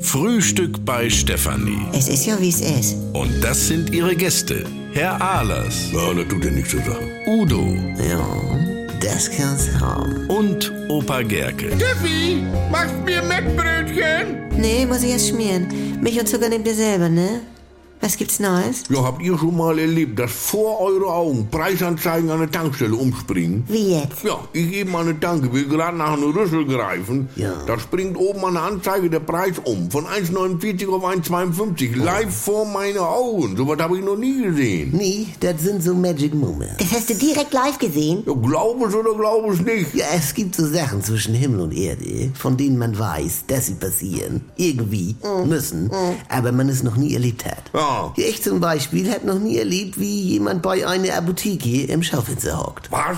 Frühstück bei Stefanie. Es ist ja, wie es ist. Und das sind ihre Gäste. Herr Ahlers, Ja, das tut dir nichts zu sagen. Udo Ja, das kann's haben. und Opa Gerke. Steffi, machst mir Mettbrötchen? Nee, muss ich erst schmieren. Milch und Zucker nehmt ihr selber, ne? Was gibt's Neues? Ja, habt ihr schon mal erlebt, dass vor eure Augen Preisanzeigen an der Tankstelle umspringen? Wie jetzt? Ja, ich eben an der Tanke will gerade nach einem Rüssel greifen. Ja. Da springt oben an der Anzeige der Preis um. Von 1,49 auf 1,52. Live vor meine Augen. Sowas habe ich noch nie gesehen. Nee, das sind so Magic Moments. Das hast du direkt live gesehen? Ja, glaub es oder glaub es nicht. Ja, es gibt so Sachen zwischen Himmel und Erde, von denen man weiß, dass sie passieren. Irgendwie. Müssen. Aber man es noch nie erlebt hat. Ja. Ich zum Beispiel habe noch nie erlebt, wie jemand bei einer Apotheke im Schaufenster hockt. Was?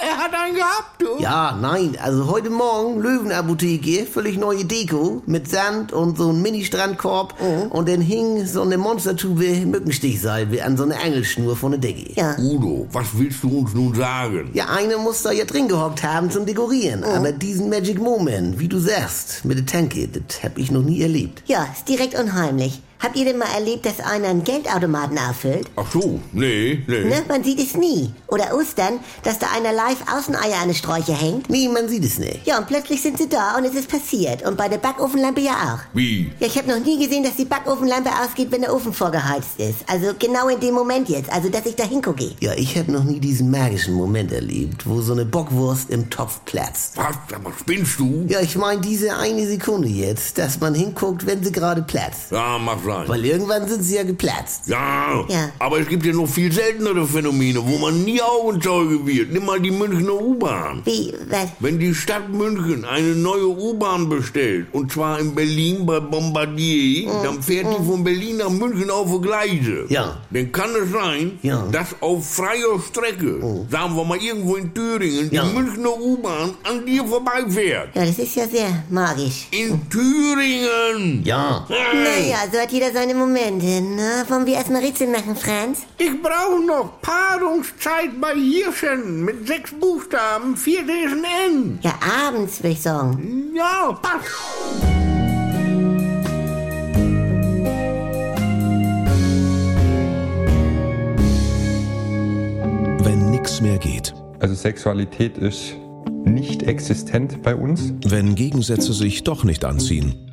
er hat einen gehabt, du. Ja, nein, also heute Morgen Löwenapotheke, völlig neue Deko mit Sand und so einem Mini-Strandkorb und dann hing so eine Monstertube Mückenstichsalbe an so einer Angelschnur von der Decke. Ja. Udo, was willst du uns nun sagen? Ja, einer muss da ja drin gehockt haben zum Dekorieren. Aber diesen Magic Moment, wie du sagst, mit der Tanke, das hab ich noch nie erlebt. Ja, ist direkt unheimlich. Habt ihr denn mal erlebt, dass einer einen Geldautomaten erfüllt? Ach so, nee, nee. Ne, man sieht es nie. Oder Ostern, dass da einer live Außeneier an die Sträuche hängt. Nee, man sieht es nicht. Ja, und plötzlich sind sie da und es ist passiert. Und bei der Backofenlampe ja auch. Wie? Ja, ich habe noch nie gesehen, dass die Backofenlampe ausgeht, wenn der Ofen vorgeheizt ist. Also genau in dem Moment jetzt. Also, dass ich da hingucke. Ja, ich hab noch nie diesen magischen Moment erlebt, wo so eine Bockwurst im Topf platzt. Was? Aber spinnst du? Ja, ich meine diese eine Sekunde jetzt, dass man hinguckt, wenn sie gerade platzt. Ja, mag sein. Weil irgendwann sind sie ja geplatzt. Ja, Ja. aber es gibt ja noch viel seltenere Phänomene, wo man nie Augenzeuge wird. Nimm mal die Münchner U-Bahn. Wie, was? Wenn die Stadt München eine neue U-Bahn bestellt, und zwar in Berlin bei Bombardier, dann fährt die von Berlin nach München auf die Gleise. Mhm. Ja. Dann kann es sein, Ja. Oh. dass auf freier Strecke, sagen wir mal irgendwo in Thüringen, Ja. die Münchner U-Bahn an dir vorbeifährt. Ja, das ist ja sehr magisch. In Thüringen! Ja. Naja, so hat jeder seine Momente, ne? Wollen wir erstmal Rätsel machen, Franz? Ich brauche noch Paarungszeit bei Hirschen mit sechs Buchstaben, vierte ist ein N. Ja, abends, würde ich sagen. Ja, passt. Wenn nix mehr geht. Also Sexualität ist nicht existent bei uns. Wenn Gegensätze sich doch nicht anziehen.